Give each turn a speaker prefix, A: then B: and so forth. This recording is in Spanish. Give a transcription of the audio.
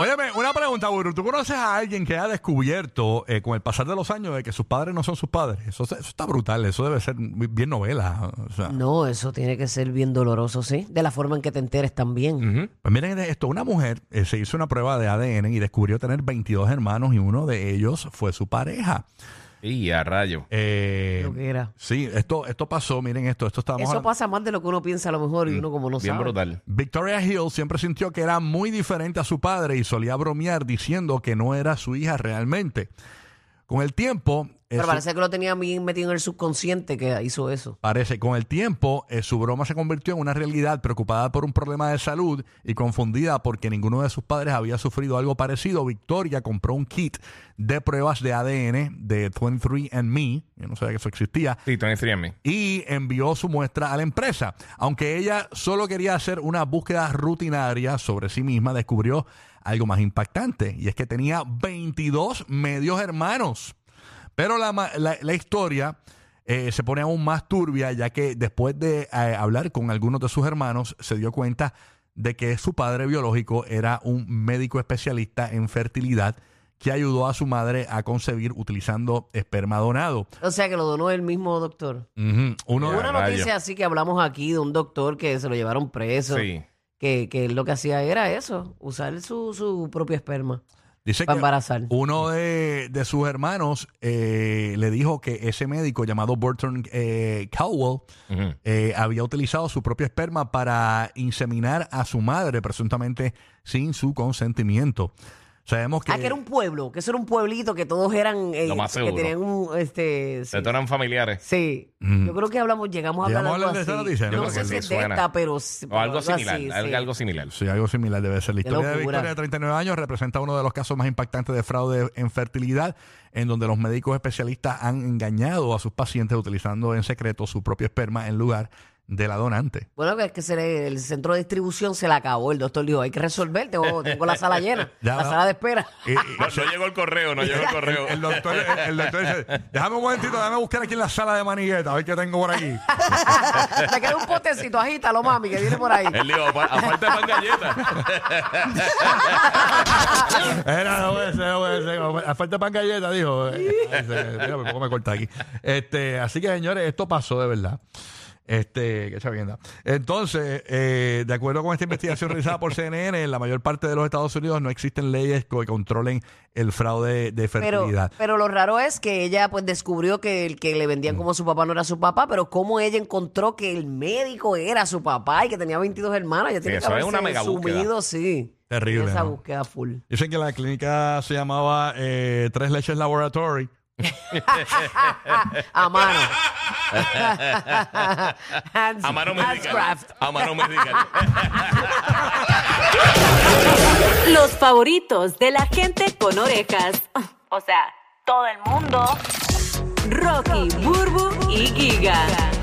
A: Óyeme, una pregunta, Burro. ¿Tú conoces a alguien que ha descubierto eh, con el pasar de los años de que sus padres no son sus padres? Eso, se- eso está brutal, eso debe ser muy- bien novela. o
B: Ah.
A: sea.
C: No, eso tiene que ser bien doloroso, sí. De la forma en que te enteres también.
A: Ujú. Pues miren esto, una mujer eh, se hizo una prueba de ADN y descubrió tener 22 hermanos y uno de ellos fue su pareja.
B: Y a rayo.
A: Eh,
C: Lo que era.
A: sí, esto, esto pasó, miren esto, esto estábamos
C: Eso
A: hablando-
C: pasa más de lo que uno piensa a lo mejor y uno como no
B: Mm. Bien
C: sabe.
B: brutal.
A: Victoria Hill siempre sintió que era muy diferente a su padre y solía bromear diciendo que no era su hija realmente. Con el tiempo, eh,
C: Pero
A: su-
C: parece que lo tenía bien metido en el subconsciente que hizo eso.
A: parece, con el tiempo, eh, su broma se convirtió en una realidad preocupada por un problema de salud y confundida porque ninguno de sus padres había sufrido algo parecido. Victoria compró un kit de pruebas de ADN de 23andMe, yo no sabía que eso existía,
B: Sí, Tony Friendly.
A: y envió su muestra a la empresa. Aunque ella solo quería hacer una búsqueda rutinaria sobre sí misma, descubrió algo más impactante, y es que tenía 22 medios hermanos. Pero la, ma- la- la historia eh, se pone aún más turbia, ya que después de eh, hablar con algunos de sus hermanos, se dio cuenta de que su padre biológico era un médico especialista en fertilidad que ayudó a su madre a concebir utilizando esperma donado.
C: O sea que lo donó el mismo doctor.
A: Ujú. Uno
B: Ya,
C: Hubo una
B: rayo.
C: noticia así que hablamos aquí de un doctor que se lo llevaron preso.
B: Sí.
C: Que, que él lo que hacía era eso, usar su, su propio esperma
A: Dice
C: para
A: que
C: embarazar.
A: uno de, de sus hermanos eh, le dijo que ese médico llamado Burton eh, Caldwell
B: Ujú.
A: eh, había utilizado su propio esperma para inseminar a su madre, presuntamente sin su consentimiento. Sabemos que...
C: Ah, que era un pueblo, que eso era un pueblito que todos eran. eh,
B: Lo más
C: que
B: seguro.
C: tenían un. Este, sí.
B: Se tornan familiares.
C: Sí.
A: Mm.
C: Yo creo que hablamos, llegamos a hablar,
A: Llegamos a hablar
C: algo
A: de esa
C: así.
A: noticia, ¿no?
C: No,
A: Yo
C: sé
A: creo
C: si
B: que
C: es
B: sí
C: de
B: suena.
C: esta, pero.
B: O algo similar.
C: así,
B: algo,
C: sí.
B: algo similar.
A: Sí, algo similar debe ser. La
C: Qué
A: historia de
C: locura.
A: Victoria de 39 años representa uno de los casos más impactantes de fraude en fertilidad, en donde los médicos especialistas han engañado a sus pacientes utilizando en secreto su propio esperma en lugar de la donante.
C: Bueno, que es que se le- el centro de distribución se le acabó. El doctor dijo: hay que resolver, tengo, tengo la sala llena,
A: Ya,
C: la
A: no.
C: sala de espera.
A: Y- y-
B: No, no llegó el correo, no llegó el correo.
A: El doctor, el, el doctor dice, déjame un momentito, déjame buscar aquí en la sala de manigueta, a ver qué tengo por aquí.
C: Te queda un potecito, agítalo, mami, que viene por ahí.
B: Él dijo, "Apa- aparte pan galleta.
A: Era, no puede ser, no puede ser. no puede- A falta de pan galleta, dijo. Eh, dice, Mira, pues, me pongo me corta aquí. Este, así que, señores, esto pasó de verdad. Este, qué chavienda. Entonces, eh, de acuerdo con esta investigación realizada por CNN, en la mayor parte de los Estados Unidos no existen leyes que controlen el fraude de
C: Pero,
A: fertilidad.
C: pero lo raro es que ella pues descubrió que el que le
B: Mm.
C: vendían como su papá no era su papá, pero cómo ella encontró que el médico era su papá y que tenía 22 hermanas. Ella tiene
B: eso
C: que
B: es una
C: haberse
B: mega búsqueda.
C: sumido, sí.
A: Terrible,
C: Esa
A: ¿no?
C: búsqueda full.
A: Dicen que la clínica se llamaba eh, Tres Leches Laboratory.
C: A mano. Hands-
B: A mano medical.
C: handcraft.
B: A mano medical.
D: Los favoritos de la gente con orejas. O sea, todo el mundo. Rocky, Burbu y Giga.